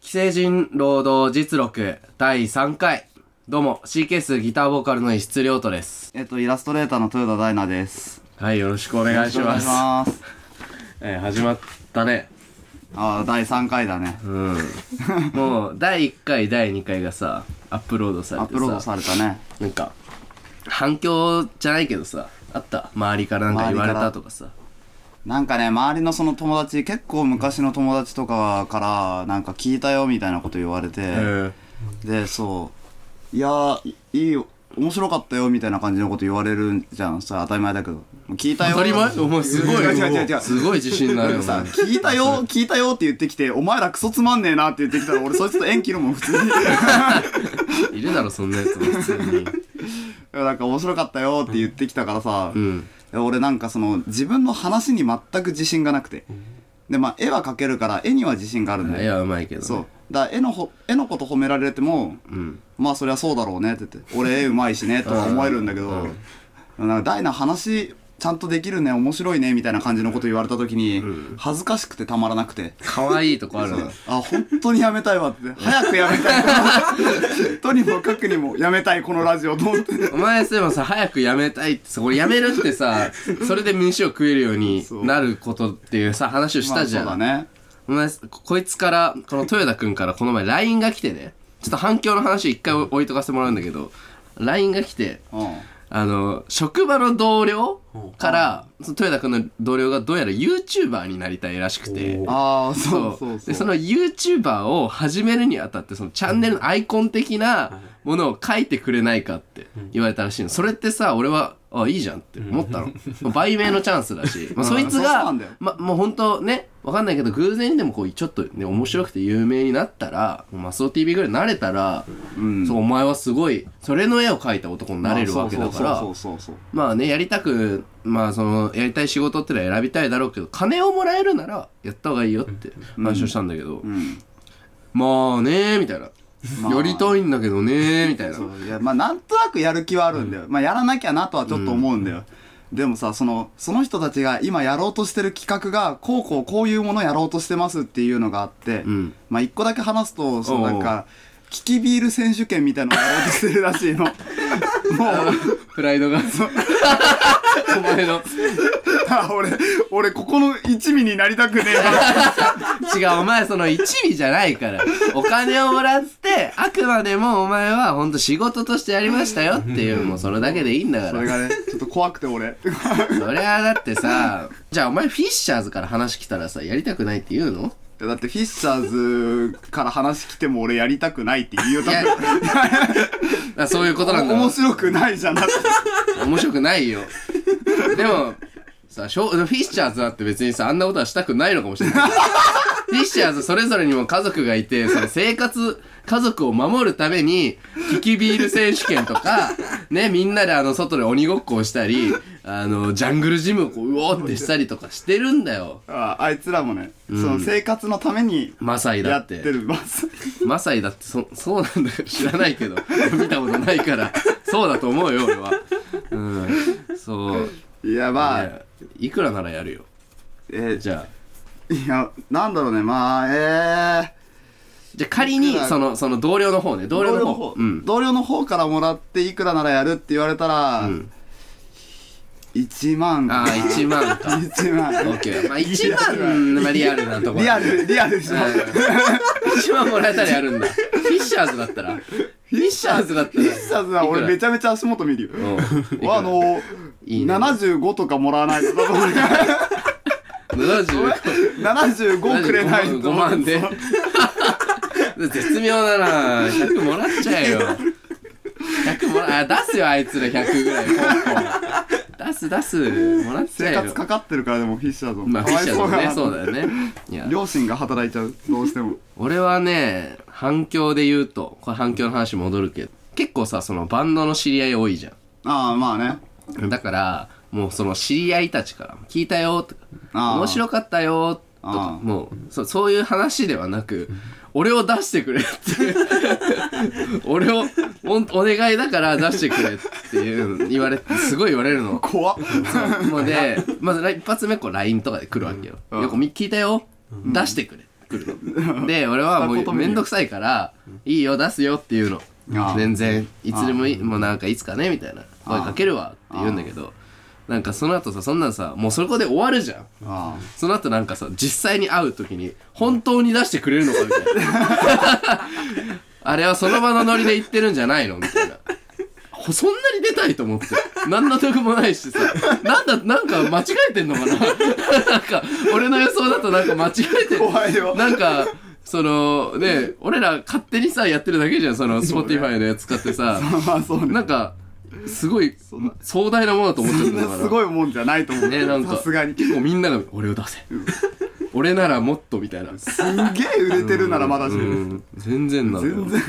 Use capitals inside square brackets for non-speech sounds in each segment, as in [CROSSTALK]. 既成人労働実録第3回。どうも、CK 数ギターボーカルの石津亮斗です。えっと、イラストレーターの豊田大奈です。はい、よろしくお願いしよろまくす。お願いします。えー始まったね。ああ、第3回だね。うん。もう、第1回、第2回がさ、アップロードされアてッさ、プロードされたね。なんか、反響じゃないけどさ、あった周りからなんか言われたとかさ。なんかね、周りのその友達、結構昔の友達とかから、なんか聞いたよみたいなこと言われて、うん。で、そう、いやー、いいいよ、面白かったよみたいな感じのこと言われるんじゃん。それ当たり前だけど。聞いた当よ。たり前お前すごい違う違う違う違うすごい自信のあなるんよか [LAUGHS] さね、聞いたよ、聞いたよって言ってきて、お前らクソつまんねえなって言ってきたら、俺そいつと縁切るもん、普通に。 [LAUGHS] いるだろそんなやつも普通にいやなんか面白かったよって言ってきたからさ、んいや俺なんかその自分の話に全く自信がなくて、でまあ絵は描けるから絵には自信があるんだ絵よ、はうまいけどねそうだから絵のほ絵のこと褒められても、んまあそりゃそうだろうねって言って俺絵うまいしねとは思えるんだけど、なんか大な話ちゃんとできるね面白いねみたいな感じのこと言われた時に、恥ずかしくてたまらなくて。可愛いとこあるそうのあ本当にやめたいわって早くやめたいとにもかくにもやめたいこのラジオと思ってお前でもさ早くやめたいってさこれやめるって [LAUGHS] さそれで飯を食えるようになることっていうさ話をしたじゃん、まあ、そうだねお前ここいつからこの豊田君からこの前 LINE が来てねちょっと反響の話一回置いとかせてもらうんだけど LINE が来てうあの職場の同僚からその豊田君の同僚がどうやら YouTuber になりたいらしくておん、ーああそそううそうそでうその YouTuber を始めるにあたってそのチャンネルのアイコン的なものを書いてくれないかって言われたらしいのそれってさ俺はあいいじゃんって思ったの売名のチャンスだ [LAUGHS] し、まあ、うんそいつそうながんだよまもう本当ねわかんないけど偶然にでもこうちょっとね面白くて有名になったらマスオ TV ぐらいになれたら、うんそうお前はすごいそれの絵を描いた男になれるわけだからそうそうそうそうまあねやりたくまあそのやりたい仕事ってのは選びたいだろうけど金をもらえるならやった方がいいよって話をしたんだけど、そううんまあねみたいな、まあやりたいんだけどねみたいなそういやまあなんとなくやる気はあるんだよ、まあやらなきゃなとはちょっと思うんだよ、でもさそのその人たちが今やろうとしてる企画がこうこうこういうものやろうとしてますっていうのがあって、うんまあ一個だけ話すとそおうのおうなんかキキビール選手権みたいなのをやろうとしてる [LAUGHS] らしいのもうプライドがお前のあ俺俺ここの一味になりたくねえな違うお前その一味じゃないからお金をもらってあくまでもお前はほんと仕事としてやりましたよっていうもうそれだけでいいんだかそれらがねちょっと怖くて俺そりゃだってさじゃあお前フィッシャーズから話来たらさやりたくないって言うのいやだってフィッシャーズから話来ても俺やりたくないって言うよいやだ多からそういうことなんだ分ろう面白くないじゃん [LAUGHS] だって面白くないよでもさしょうフィッシャーズだって別にさあんなことはしたくないのかもしれないフィッシャーズそれぞれにも家族がいてその生活家族を守るためにキキビール選手権とかねみんなであの外で鬼ごっこをしたりあのジャングルジムをこううおーってしたりとかしてるんだよああいつらもね、その生活のためにマサイだやっっててるまずマサイだってそそうなんだよ知らないけど [LAUGHS] 見たことないからそうだと思うよ俺はうんそう、いやまあ、ねいくらならやるよえーじゃあいやなんだろうねまあえーじゃあ仮にいくらそのその同僚の方ね同僚の方うん同僚の方からもらっていくらならやるって言われたら、ん1万ああ1万か [LAUGHS] 1万 OK まあ1万まあリアルなところリアルリアルでしょ、 1万もらえたらやるんだフィッシャーズだったらフィッシャーズだったらフィッシャーズは俺めちちゃめちゃ足元見るよ、ゃああののいいね75とかもらわないと多分 [LAUGHS] 75 75くれないと5万で [LAUGHS] 絶妙だな100もらっちゃえよ100もらあ出すよあいつら100ぐらい [LAUGHS] ポンポン出す出すもらっちゃ生えよ活かかってるからでもフィッシャーズもまあフィッシャーズもかわねいそうだだよねいや両親が働いちゃうどうしても俺はね反響で言うとこれ反響の話戻るけど結構さそのバンドの知り合い多いじゃああまあねんだからもうその知り合いたちから「聞いたよ」とか「あー面白かったよ」とかあーもうそそういう話ではなく俺を出してくれっていう [LAUGHS] 俺をおお願いだから出してくれっていう言われてすごい言われるの怖っもうでまず一発目こう LINE とかで来るわけよ「うんよく聞いたよ出してくれ」くるので俺はも二う言目に面倒くさいから「いいよ出すよ」って言うのああ全然いつでもいいもうなんかいつかねみたいな「声かけるわ」って言うんだけどなんかその後さそんなんさもうそこで終わるじゃんあその後なんかさ実際に会う時に本当に出してくれるのかみたいな [LAUGHS] あれはその場のノリで言ってるんじゃないのみたいなほそんなに出たいと思って何の得もないしさなんだなんか間違えてんのかななんか俺の予想だとなんか間違えてる怖いよなんかそのね俺ら勝手にさやってるだけじゃんその Spotify のやつ使ってさあまあそうねなんかすごいん壮大なものだと思っちゃっそたのんなかすなごいもんじゃないと思うねなんかさすがに結構みんなが「俺を出せ」「俺ならもっと」みたいなすんげえ売れてるならまだしうもん全然なんだよ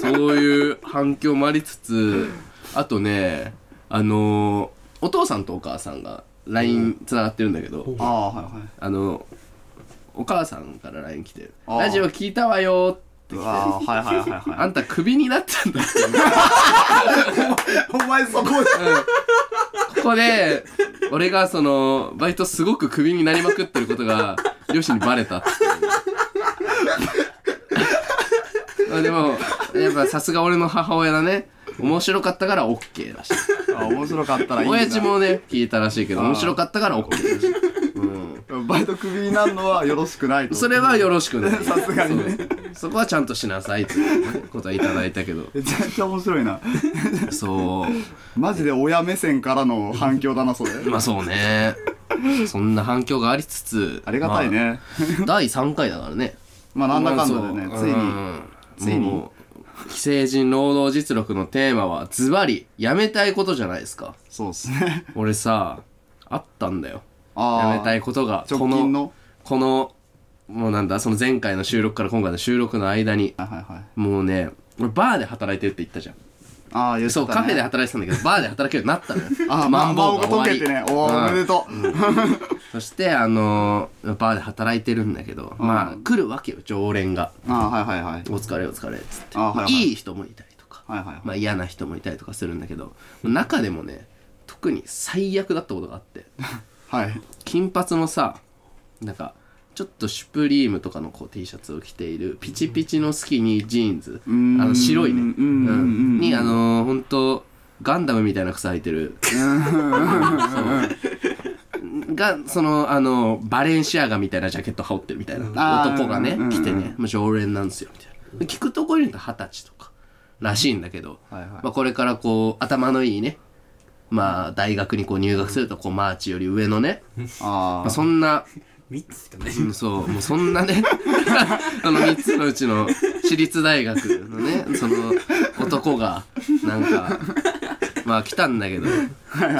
そういう反響もありつつあとねあのお父さんとお母さんが LINE つながってるんだけどああはいはいあのお母さんから LINE 来て「あーラジオ聞いたわよ」ってうわーはいはいはいあはんたクビになったんだっていお前そこここで俺がそのバイトすごくクビになりまくってることが両親にバレたっていうまあでもやっぱさすが俺の母親だね面白かったから OK らしいあ面白かったらいいんだ親父もね聞いたらしいけどあー面白かったから OK らしい、うん、バイトクビになるのはよろしくないとそれはよろしくない [LAUGHS] さすがにねそうそこはちゃんとしなさいっていうねことはいただいたけどめちゃめちゃ面白いなそうマジで親目線からの反響だなそれまあそうねそんな反響がありつつありがたい、ねまあ第3回だからねまあなんだかんだでねまあついにそうついにもう既成人労働実力のテーマはズバリやめたいことじゃないですかそうで [LAUGHS] すね俺さあったんだよああやめたいことが直近のこのもうなんだその前回の収録から今回の収録の間にはいはいはいもうね俺バーで働いてるって言ったじゃん、ああ言ってたねそうカフェで働いてたんだけどバーで働けるようになったのよ [LAUGHS] ああマンボウが終わ解りけてねおおうんおめでとう [LAUGHS] そしてあのーバーで働いてるんだけど、まあ来るわけよ常連がああはいはいはい「お疲れお疲れ」っつって、あはいはいいい人もいたりとかはいはいまあ、嫌な人もいたりとかするんだけど中でもね特に最悪だったことがあってはいはい金髪のさなんかちょっとシュプリームとかのこう T シャツを着ているピチピチのスキニージーンズあんの白いねうんううんんにあのーほんとガンダムみたいな草履いてるそうがそのあのーバレンシアガみたいなジャケット羽織ってるみたいなあー男がねうんうんうん着てねもう常連なんですよみたいなで聞くところによると二十歳とからしいんだけどはいはいまあ、これからこう頭のいいねまあ大学にこう入学するとこうマーチより上のね、あまあ、あそんな [LAUGHS] 三つしかない。うんそうもうそんなね [LAUGHS] あの3つのうちの私立大学のねその男がなんかまあ来たんだけど、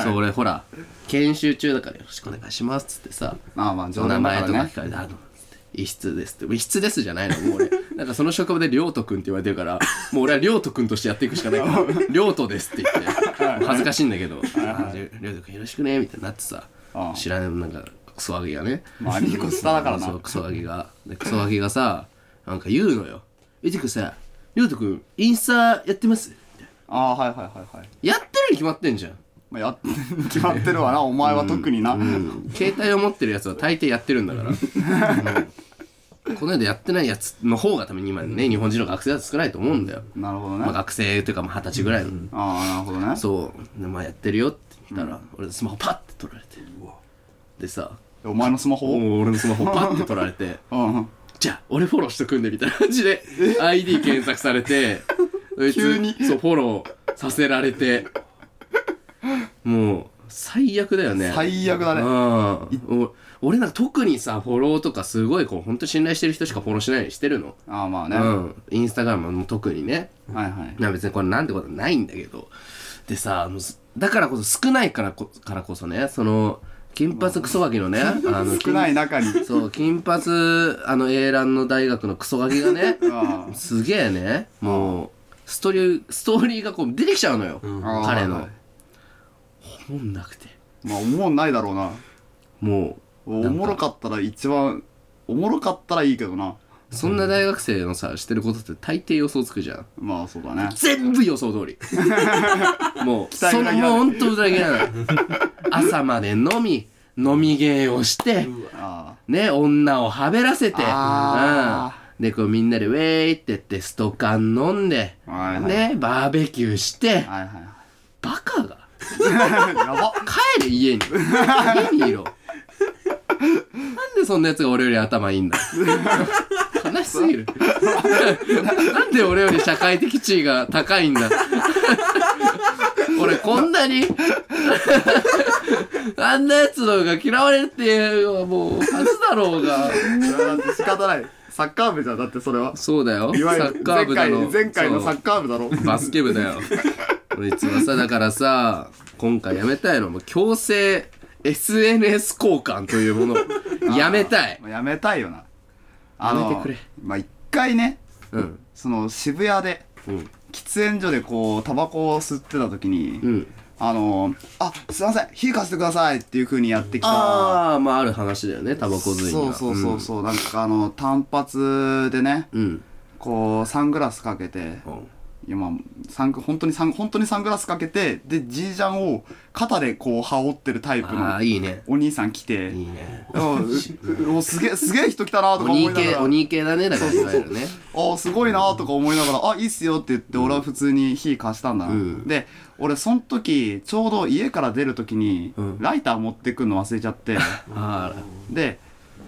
そう俺ほら研修中だからよろしくお願いしますっつってさああまあお冗名談だ前かとからね聞かれて「あの」一室です」って「一室です」じゃないのもう [LAUGHS] 俺なんかその職場で「りょうとくん」って言われてるからもう俺はりょうとくんとしてやっていくし [LAUGHS] かないから「りょうとです」って言って恥ずかしいんだけど「ありょりょうとくんよろしくね」みたいになってさああ知らないなんかクソガキがねまあ2個下だからなそうクソガキがでクソガキがさなんか言うのよ「えてかさりょうとくんインスタやってます?」ああはいはいはいはいやってるに決まってんじゃんまあやっ [LAUGHS] 決まってるわなお前は特になうん携帯を持ってるやつは大抵やってるんだから、うんこの世でやってないやつの方が多分今ね日本人の学生だと少ないと思うんだよ、なるほどねまあ、学生というかまあ二十歳ぐらいの、ああなるほどねそうでまあやってるよって言ったら、俺のスマホパッて取られてでさお前のスマホを俺のスマホパッて取られてうんじゃあ俺フォローしとくんでみたいな感じで ID 検索されてそいつ急にそうフォローさせられてもう最悪だよね最悪だねうんお俺なんか特にさフォローとかすごいこう本当信頼してる人しかフォローしないようにしてるの、ああまあねうはんインスタグラムも特にねいはいな別にこれなんてことはないんだけどでさあのすだからこそ少ないからこからこそねその金髪クソガキのねあの [LAUGHS] 少な金い [LAUGHS] 中にそう金髪あの英蘭の大学のクソガキが [LAUGHS] ねあすげえねもうストーリーストーリーがこう出てきちゃうのよ、んああ彼はいはのい思んなくてまあおもんないだろうなもうおもろかったら一番おもろかったらいいけどなそんな大学生のさしてることって大抵予想つくじゃんまあそうだね全部予想通 [LAUGHS] りもう待その裏切らないもうほんと裏切らない朝まで飲み飲み芸をして、あね、女をはべらせて、うんあ。で、こうみんなでウェーイって言って、ストカン飲んで、はいはいね、バーベキューしてあ。、はいはいバカが、はい。 [LAUGHS] やば。帰れ家に。家にいろ。なんでそんな奴が俺より頭いいんだ悲しすぎる。なんで俺より社会的地位が高いんだ俺こんなにあんな奴の方が嫌われるっていうのはもうはずだろうが。いやだって仕方ない。サッカー部じゃんだってそれは。そうだよ。いわゆサるッカー前部だ回ろ。前回のそサうッカー部だろ。バスケ部だよ。俺いつもさ、だからさ、今回やめたいの。もう強制 SNS 交換というものをやめたい。もうやめたいよな。あやめてくれまあ一回ね、うん。その渋谷でうん。喫煙所でこうタバコを吸ってた時に、うん。あのあすいません火貸してくださいっていう風にやってきた。ああ、まあある話だよね、タバコ吸いそうそうそうそう、なんかあの単発でねうん。うん。こうサングラスかけてうん今サング本当にサン本当にサングラスかけてでじいちゃんを肩でこう羽織ってるタイプあのあ、いいね。お兄さん来ていいね。うんううおすげえすげえ人来たなとか思鬼いなが系、ら鬼系だね、だからいわゆるね。ああすごいなとか思いながら「あいいっすよ」って言って俺は普通に火貸したんだな、うんで俺その時ちょうど家から出る時にうんライター持ってくの忘れちゃって、あで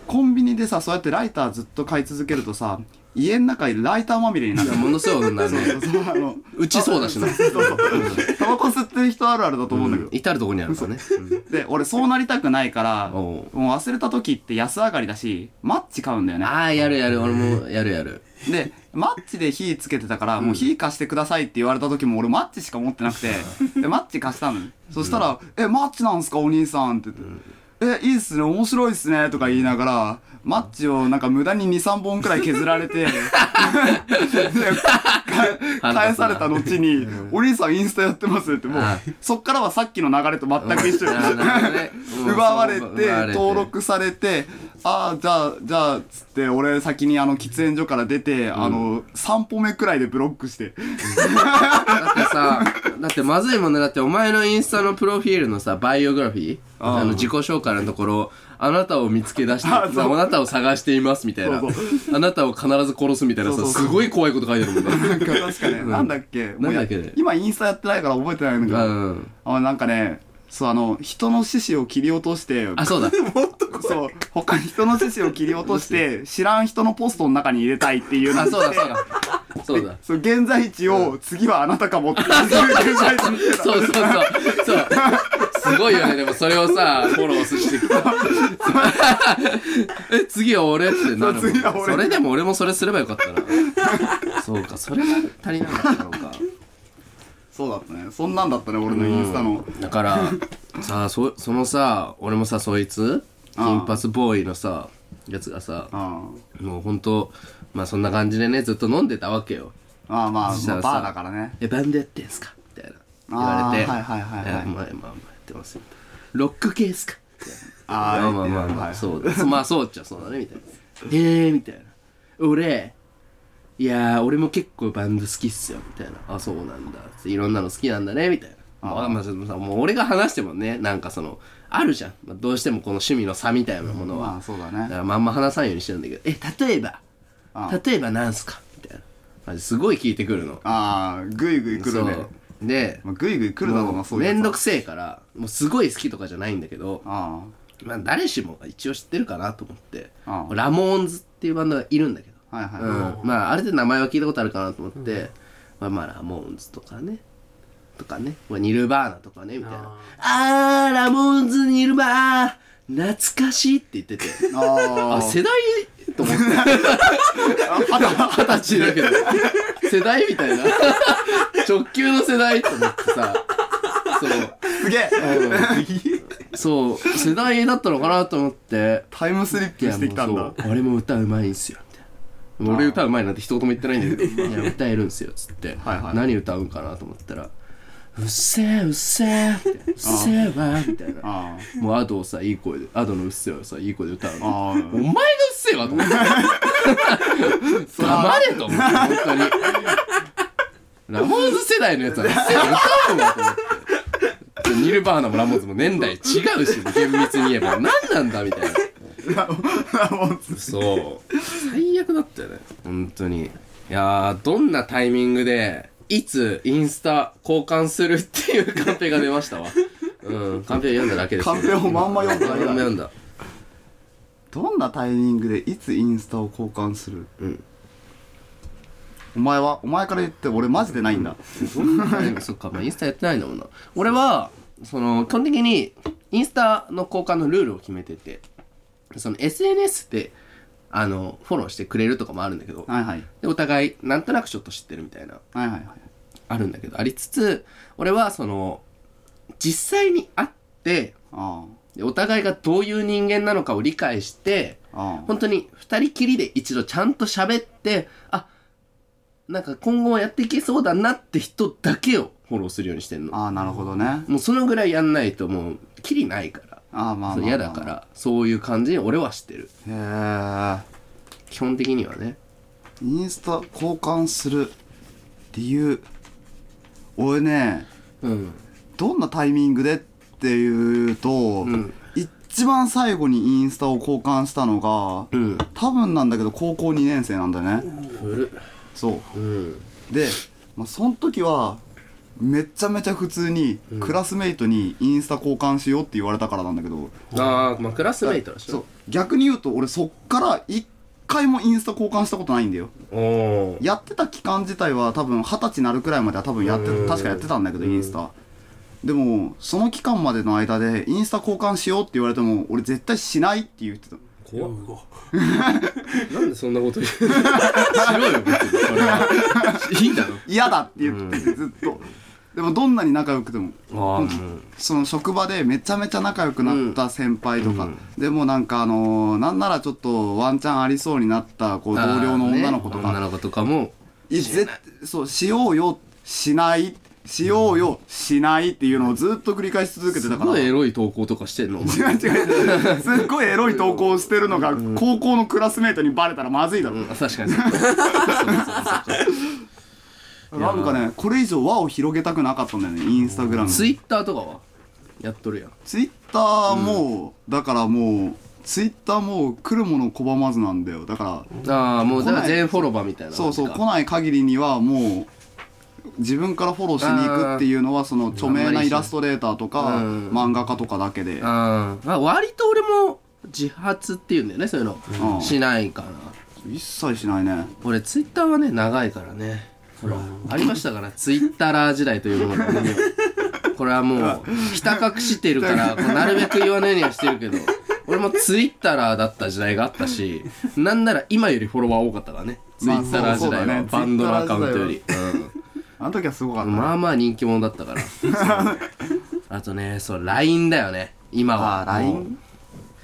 コンビニでさそうやってライターずっと買い続けるとさ家の中にライターまみれになあ。っいてや、 [LAUGHS] ものすごいことになるそうそうね。そうあのうちそうだしな。そうそうタバコ吸ってる人あるあるだと思うんだけど、至るとこにあるからね。で俺そうなりたくないからおもうう忘れた時って安上がりだしマッチ買うんだよねああ、やるやる。俺もやるやる。でマッチで火つけてたから、もう火貸してくださいって言われた時も俺マッチしか持ってな [LAUGHS] くてでマッチ貸したのそしたら「えマッチなんすかお兄さん」って言って「えいいっすね面白いっすね」とか言いながらマッチをなんか無駄に23本くらい削ら [LAUGHS] れてでか返された後に「お兄さんインスタやってます」ってもうあそっからはさっきの流れと全く一緒あーなるほど [LAUGHS] ねうん奪われそう奪われてて登録されてああじゃあじゃあつって俺先にあの喫煙所から出て、あの3歩目くらいでブロッ [LAUGHS] クしてだってさ、だってまずいもんね。だってお前のインスタのプロフィールのさ、バイオグラフィーああーの自己紹介のところ、あなたを見つけ出して、ああそうなたを探していますみたいなそう。あなたを必ず殺すみたいなそさ、うそうそうすごい怖いこと書いてあるもんね。なんか確かね、なんだっけもうやなんだっけ今インスタやってないから覚えてないんだけうど、ん。あなんかねそうあの人の獅子を切り落としてあ、そうだ。そう他に人の獅子を切り落として知らん人のポストの中に入れたいっていうのあ、そうだ、でそうだ。そうだ。そう現在地を、次はあなたかもっていう現在地 [LAUGHS] にしてたそうそうそう。そう。すごいよね。でもそれをさ、フォローしてき [LAUGHS] た。え、次は俺ってなるもんそう次は俺それでも俺もそれすればよかったな。そうか、それが足りなかったのか。そうだったねそんなんだったね俺のインスタの、だからさあそそのさ俺もさそいつ金髪ボーイのさやつがさああもうほんとまあそんな感じでねずっと飲んでたわけよまあまあ、そしたまあらさバーだからね。 「えバンドやってんすか?」みたいな言われて「あーはいはいはいはいやまあまあまあやってますよ」ロック系っすか?」みたいなあーまあまあまあ、はいそうですまあそうっちゃそうだねみたいな「へえ」みたいな「俺いやー俺も結構バンド好きっすよ」みたいな「あそうなんだ」つっていろんなの好きなんだね」みたいなまあまあでもさもう俺が話してもねなんかそのあるじゃん、まあ、どうしてもこの趣味の差みたいなものは、まあそうだだかね。らまんま話さないようにしてるんだけど「え例えばあ例えばなんすか?」みたいな感じですごい聞いてくるのああ、ぐいぐい来るね。そうでまあ、ぐいぐい来るだろうな、そういうめやつんはどくせえからもうすごい好きとかじゃないんだけどあまあ、誰しもが一応知ってるかなと思ってああラモーンズっていうバンドがいるんだけど、あ、はいはい。うんまあ、ある程度名前は聞いたことあるかなと思って、まあ、まあラモーンズとかねとかね、まあ、ニルバーナとかねみたいな「あーラモーンズニルバー懐かしい」って言っててあああ、世代と思って二十歳だけど世代みた [LAUGHS] いな直球の世代と思ってさそうすげえそう世代だったのかなと思ってタイムスリッいプやしてきたんだもう。そう俺も歌うまいんすよみたいな俺歌うまいなんて一言も言ってないんだけ [LAUGHS] ど「いや歌えるんすよ」っつって、はいはい何歌うんかなと思ったら「うっせぇうっせぇ」みたいな「うっせぇわ」みたいなあもうアドをさいい声でアドの「うっせぇ」をさいい声で歌うあ、のあお前がうっせぇわと思って [LAUGHS] 黙れと思って本当にラモーズ世代のやつはうっせぇわ歌うわと思ってニルバーナもラモーンズも年代違うし厳密に言えば何なんだみたいなもうそう最悪だったよね本当にいやーどんなタイミングでいつインスタ交換するっていうカンペが出ましたわうんカンペを読んだだけですカンペをまんま読んだだけだまんま読んだどんなタイミングでいつインスタを交換する、うんお前はお前から言って俺マジでないんだ、どんなタイミングそっか、まあ、インスタやってないんだもんな俺はその基本的にインスタの交換のルールを決めててその SNS であのフォローしてくれるとかもあるんだけどはいはいでお互いなんとなくちょっと知ってるみたいなはいはいはいあるんだけどありつつ俺はその実際に会ってあでお互いがどういう人間なのかを理解してあああ本当に2人きりで一度ちゃんと喋ってあなんか今後はやっていけそうだなって人だけをフォローするようにしてんのああなるほどねあもうそのぐらいやんないともうきりないからあまあまあそう嫌だからそういう感じに俺はしてるらへ基本的にはねえインスタ交換する理由俺ねうんどんなタイミングでっていうと、うん一番最後にインスタを交換したのがうん多分なんだけど高校2年生なんだよね古そうっうんで、まあ、その時はめちゃめちゃ普通にうんクラスメイトにインスタ交換しようって言われたからなんだけど、ああまあクラスメイトだしそう逆に言うと俺そっから一回もインスタ交換したことないんだよおおーやってた期間自体は多分二十歳になるくらいまでは多分やってうん確かやってたんだけどうんインスタでもその期間までの間でインスタ交換しようって言われても俺絶対しないって言ってた怖っ [LAUGHS] なんでそんな [LAUGHS] こと言うしろよ別にそれはいいだろ嫌だって言っててずっとでもどんなに仲良くてもあその職場でめちゃめちゃ仲良くなった先輩とか、うんでもなんかあのーなんならちょっとワンチャンありそうになったこう同僚の女の子と女か、の子とかもいぜそうしようよしないしようよしないっていうのをずっと繰り返し続けてすたからごいエロい投稿とかしてん [LAUGHS] のお前違う違うすっごいエロい投稿をしてるのが高校のクラスメートにバレたらまずいだろ、あ確かにそうそうそうなんかねこれ以上輪を広げたくなかったんだよねインスタグラムツイッターとかはやっとるやんツイッターも、だからもうツイッターも来るもの拒まずなんだよだかああもうだから全フォロバーみたいならそうそう来こない限りにはもう自分からフォローしに行くっていうのはその著名なイラストレーターとかうん漫画家とかだけで、あーあ割と俺も自発っていうんだよねそういうの、うんしないから一切しないね俺ツイッターはね長いからねほらありましたからツイッターラー時代というものがねこれはもうひた隠してる [LAUGHS] からこうなるべく言わないようにはしてるけど俺もツイッターラーだった時代があったしなんなら今よりフォロワー多かったからねツイまあッターラー時代はそうそうだねバンドのアカウントより、あの時はすごかっうた、ん、まあまあ人気者だったから [LAUGHS] あとねそう LINE だよね今はあー LINE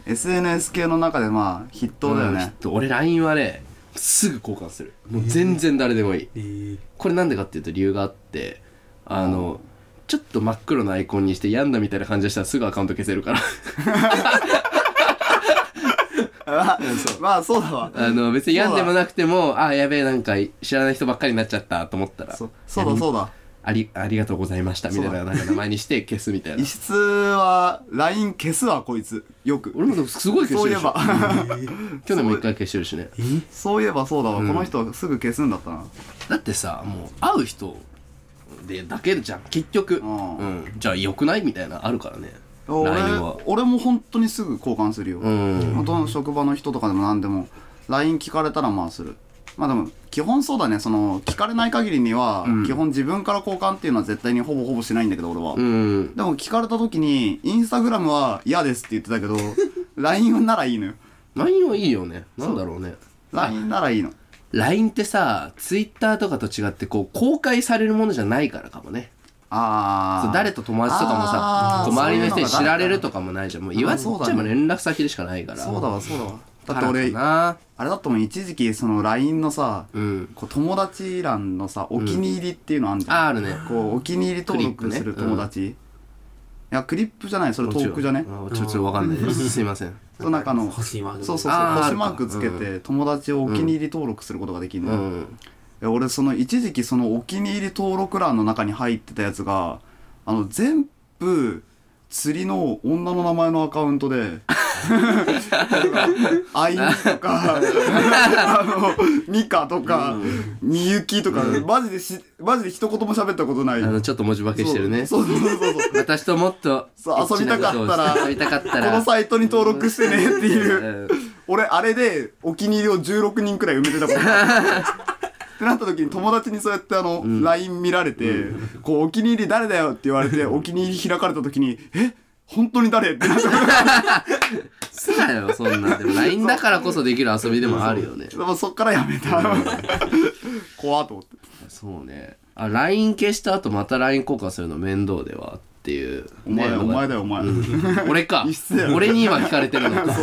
SNS 系の中でまあ筆頭だようんきっね、と俺 LINE はねすぐ交換するもう全然誰でもいい、えこれなんでかっていうと理由があってあのちょっと真っ黒のアイコンにしてやんだみたいな感じでしたらすぐアカウント消せるから [LAUGHS] あ [LAUGHS] まあそうだわあの別にやんでもなくてもあやべえなんか知らない人ばっかりになっちゃったと思ったらそうそうだそうだありありがとうございましたみたいななんか名前にして消すみた [LAUGHS] いな異質は LINE 消すわこいつよく俺もでもすごい消しそうているえし [LAUGHS] ば [LAUGHS] 去年も一回消してるしねそういえばそうだわ、この人はすぐ消すんだったなだってさもう会う人でだけじゃん結局、うんうん、じゃあ良くないみたいなあるからね LINE は俺俺も本当にすぐ交換するよ、うん元の職場の人とかでも何でも LINE 聞かれたらまあするまあでも基本そうだねその聞かれない限りには、基本自分から交換っていうのは絶対にほぼほぼしないんだけど俺は、うんでも聞かれた時にインスタグラムは嫌ですって言ってたけ [LAUGHS] ど LINE ならいいのよ LINE はいいよねなんだろうね LINE ならいいの LINE ってさ Twitter とかと違ってこう公開されるものじゃないからかもねあそうあ誰と友達とかもさあーこう周りの人にそういうのが知られるとかもないじゃんもう言わずっあちゃえそうだばね連絡先でしかないからそうだわそうだわだだっってて俺俺なあれだったもん一時期その LINE のさ、うんこう友達欄のさお気に入りっていうのあんじゃん、ああるねこうお気に入り登録するクリップね友達、いやクリップじゃないそれもトちろんークじゃねあーちょっとわかんない [LAUGHS] ですすいませんその中のそう星マークそうそうあー星マークつけあるて友達をお気に入り登録することができるのうよ、んいや俺その一時期そのお気に入り登録欄の中に入ってたやつがあの全プ釣りの女の名前のアカウントであいみとかあのミカとかみゆきとか、マジでしマジで一言も喋ったことないあの、ちょっと文字化けしてるね。そうそうそうそうそう私ともっとそう遊びたかったらそう遊びたかったらこのサイトに登録してねっていううん俺あれでお気に入りを16人くらい [LAUGHS] 埋めてたことあるってなった時に友達にそうやってあの LINE 見られて、こうお気に入り誰だよって言われてお気に入り開かれた時にえ本当に誰ってなったすなよそんなでも LINE だからこそできる遊びでもあるよねでもそっからやめた怖っと思ってそうねあ LINE 消した後また LINE 交換するの面倒ではっていうお前ねだよお前だよお前、俺か一斉やろ俺に今聞かれてるのか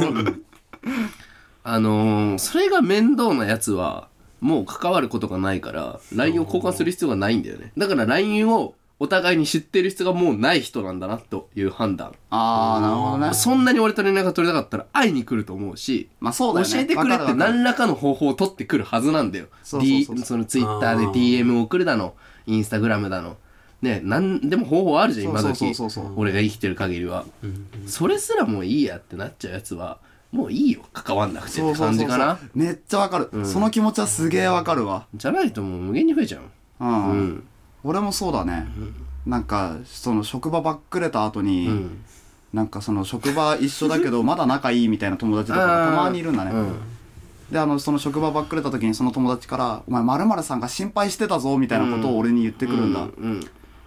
あのー、それが面倒なやつはもう関わることがないから LINE を交換する必要がないんだよねだから LINE をお互いに知ってる必要がもうない人なんだなという判断ああなるほどねそんなに俺と連絡が取れなかったら会いに来ると思うしまあそうだ教よねえてくれわっかてるわかる何らかの方法を取ってくるはずなんだよ。そうそうそう D、そのツイッターで DM を送るだの、インスタグラムだの。ね、なんでも方法あるじゃん、今そうそう時そうそうそう。俺が生きてる限りは。それすらもういいやってなっちゃうやつは、もういいよ、関わんなくてって感じかな。めっちゃわかる、その気持ちはすげえわかるわじゃないともう無限に増えちゃう。うん、うん。俺もそうだね、なんかその職場ばっくれた後に、うん。なんかその職場一緒だけ [LAUGHS] どまだ仲いいみたいな友達とかがあーたまにいるんだね、うんであのその職場ばっくれた時にその友達から「お前まるさんが心配してたぞ」みたいなことを俺に言ってくるんだ、うん。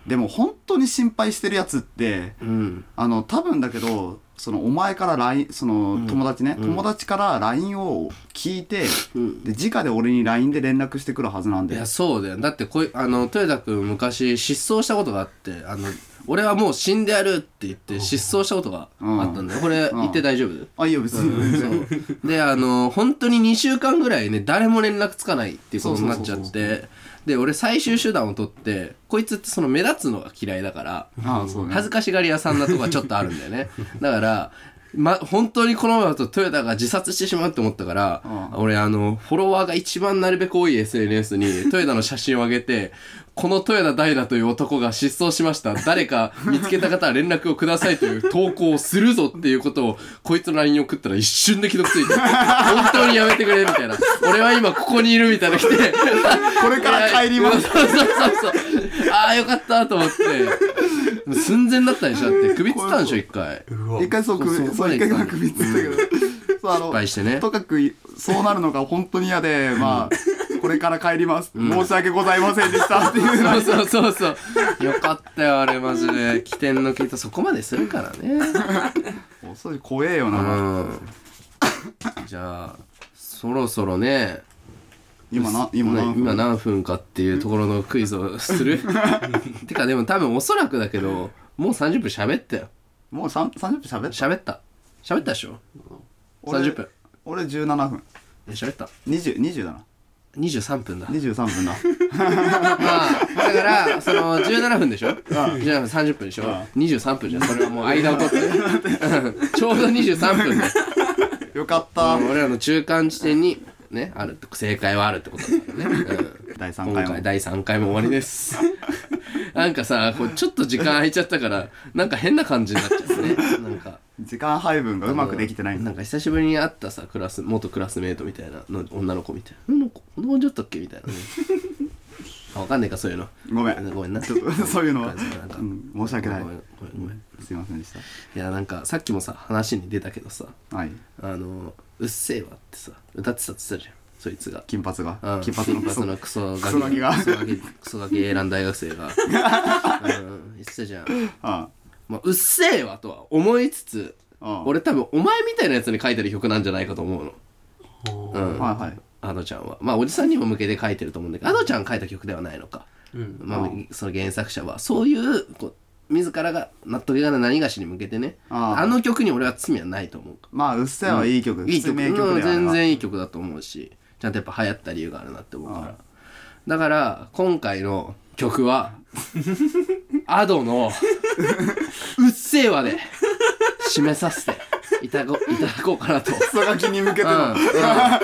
でも本当に心配してるやつってうん。あの多分だけどそのお前から LINE その友達ね、友達から LINE を聞いて、うんで直で俺に LINE で連絡してくるはずなんいでや、そうだよ。だってこい、あの、豊田君昔失踪したことがあって、あの、俺はもう死んでやるって言って失踪したことがあったんだよ。これ、うん言って大丈夫あいいよ別に、そうであの本当に2週間ぐらいね誰も連絡つかないっていうことになっちゃそうっそうてで俺最終手段を取ってこいつってその目立つのが嫌いだからああそうね恥ずかしがり屋さんなとこはちょっとあるんだよ [LAUGHS] ねだから、ま、本当にこのままだとトヨタが自殺してしまうって思ったから、俺あのフォロワーが一番なるべく多い SNS [LAUGHS] にトヨタの写真を上げてこの豊田大だという男が失踪しました。誰か見つけた方は連絡をくださいという投稿をするぞっていうことを、こいつの LINE に送ったら一瞬で既読つ [LAUGHS] いて、本当にやめてくれみたいな。俺は今ここにいるみたいな来て、これから帰りますいやそうそうそうそう。ああ、よかったと思って。寸前だったでしょだって、首つったんでしょ、一回。うわ一回そう首そそううそう一回は首つったけど、そうあの失敗してねとかくいそうなるのが本当に嫌でまあこれから帰ります、申し訳ございませんでし [LAUGHS] たっていうそうそうそうそう。よかったよ、あれマジで。起点の聞いた、そこまでするからね。それ怖えような、ん。じゃあ、そろそろね、今な今な、ね今何分かっていうところのクイズをす [LAUGHS] るてかでも多分おそらくだけどもう30分喋ったよもうさん30分喋った喋った喋ったでしょ俺30分俺17分え喋った2020だな23分だ23分だ [LAUGHS] まあだからその17分でしょ17分30分でしょ23分じゃんそれはもう間を取ってちょうど23分でよかった、俺らの中間地点にねあるって正解はあるってことだからね、うん第3今回も回第3回も終わりですなんかさこうちょっと時間空いちゃったからなんか変な感じになっちゃうねなんか時間配分がうまくできてないんなだんか久しぶりに会ったさクラス元クラスメートみたいなの女の子みたいなうんここの子ちょっとっけみたい [LAUGHS] なねあわかんないかそういうのごめんごめんなちょっとそういうのは、なんかうん申し訳ないごめんごめんごめんすいませんでしいやなんかさっきもさ話に出たけどさたはいあの「うっせぇわ」ってさ歌ってたって言ってたじゃんそいつが金髪が、うん金髪のそのクソガキクソガキがクソガキクソガキエラン大学生 [LAUGHS] がうん言ってたじゃん、あまあ、うっせえわとは思いつつあ俺多分お前みたいなやつに書いてる曲なんじゃないかと思うのうんはいはいアドちゃんはまあおじさんにも向けて書いてると思うんだけどアドちゃんが書いた曲ではないのか、うんまあ、その原作者はそういうこう自らが納得いかない何がしに向けてねあああの曲に俺は罪はないと思うまあ、うっせぇはいい曲、い普い通曲名曲うんでは全然いい曲だと思うしちゃんとやっぱ流行った理由があるなって思うからだから今回の曲はアド [LAUGHS] の「うっせぇわ」で締めさせていただこいただこうかなと。クソガキに向けてうんの、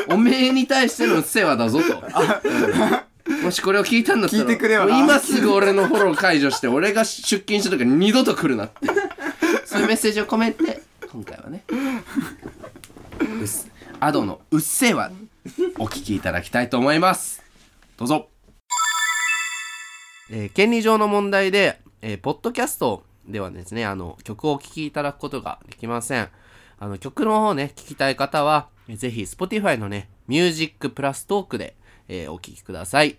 うんおめえに対しての「うっせぇわ」だぞと。うんもしこれを聞いたんだったら聞いてくれよなもう今すぐ俺のフォロー解除して俺が出勤した時に二度と来るなっていうそういうメッセージを込めて今回はねうっすアドの「うっせぇわ」お聞きいただきたいと思いますどうぞ、えー権利上の問題で、えーポッドキャストではですねあの曲をお聴きいただくことができませんあの曲の方ね聞きたい方はえーぜひ Spotify のね「ミュージックプラストークで」えーお聴きください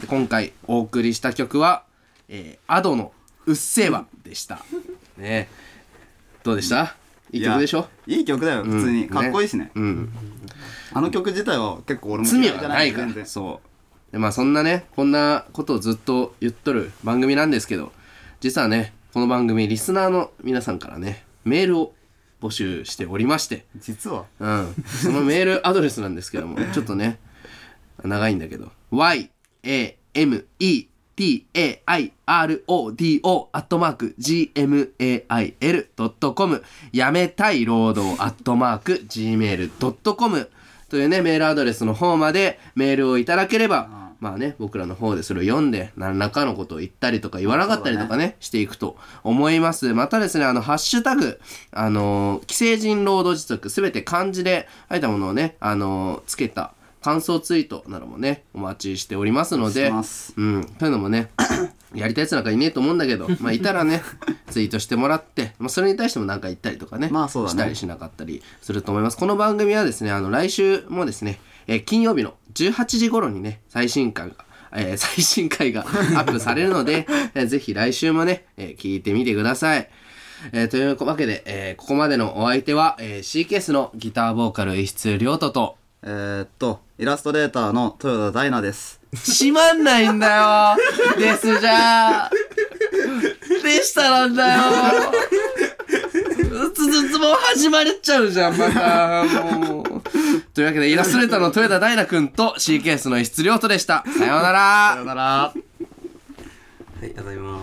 で今回お送りした曲は、えー、アドの「うっせぇわ」で [LAUGHS] した。ねどうでしたいい曲でしょいい曲だよ普通に、うんかっこいいしねうん。あの曲自体は結構俺も罪嫌いはじゃないか全然ら。そう。でまあそんなね、こんなことをずっと言っとる番組なんですけど、実はね、この番組リスナーの皆さんからね、メールを募集しておりまして、実はうん。そのメールアドレスなんですけども、ちょっとね、長いんだけど、y, a, m, e, t, a, i, r, o, d, o, アットマーク、g, m, a, i, l, ドットコム、やめたい労働、アットマーク、gmail, ドットコム、というね、メールアドレスの方までメールをいただければ、まあね、僕らの方でそれを読んで、何らかのことを言ったりとか言わなかったりとかね、していくと思います。またですね、あの、ハッシュタグ、あのー、既成人労働実力、すべて漢字で書いたものをね、あのー、つけた感想ツイートなどもね、お待ちしておりますので、しますうん、というのも [COUGHS] ね、やりたいやつなんかいねえと思うんだけど、まあ、いたら [LAUGHS] ね、ツイートしてもらって、まあ、それに対してもなんか言ったりとかね、まあそうだしねたりしなかったりすると思います。この番組はですね、あの、来週もですね、えー金曜日の18時頃にね、最新刊が、えー [LAUGHS] 最新回がアップされるので、えーぜひ来週もね、えー聞いてみてください。えーというわけで、えーここまでのお相手は、えー、CKS のギターボーカル、石津亮太と、えー、っとイラストレーターの豊田大奈です閉まんないんだよですじゃあでしたなんだよつつつもう始まれちゃうじゃんまたもうというわけでイラストレーターの豊田大くんと CKS の石津亮斗でしたさようならよならはい、ただいま。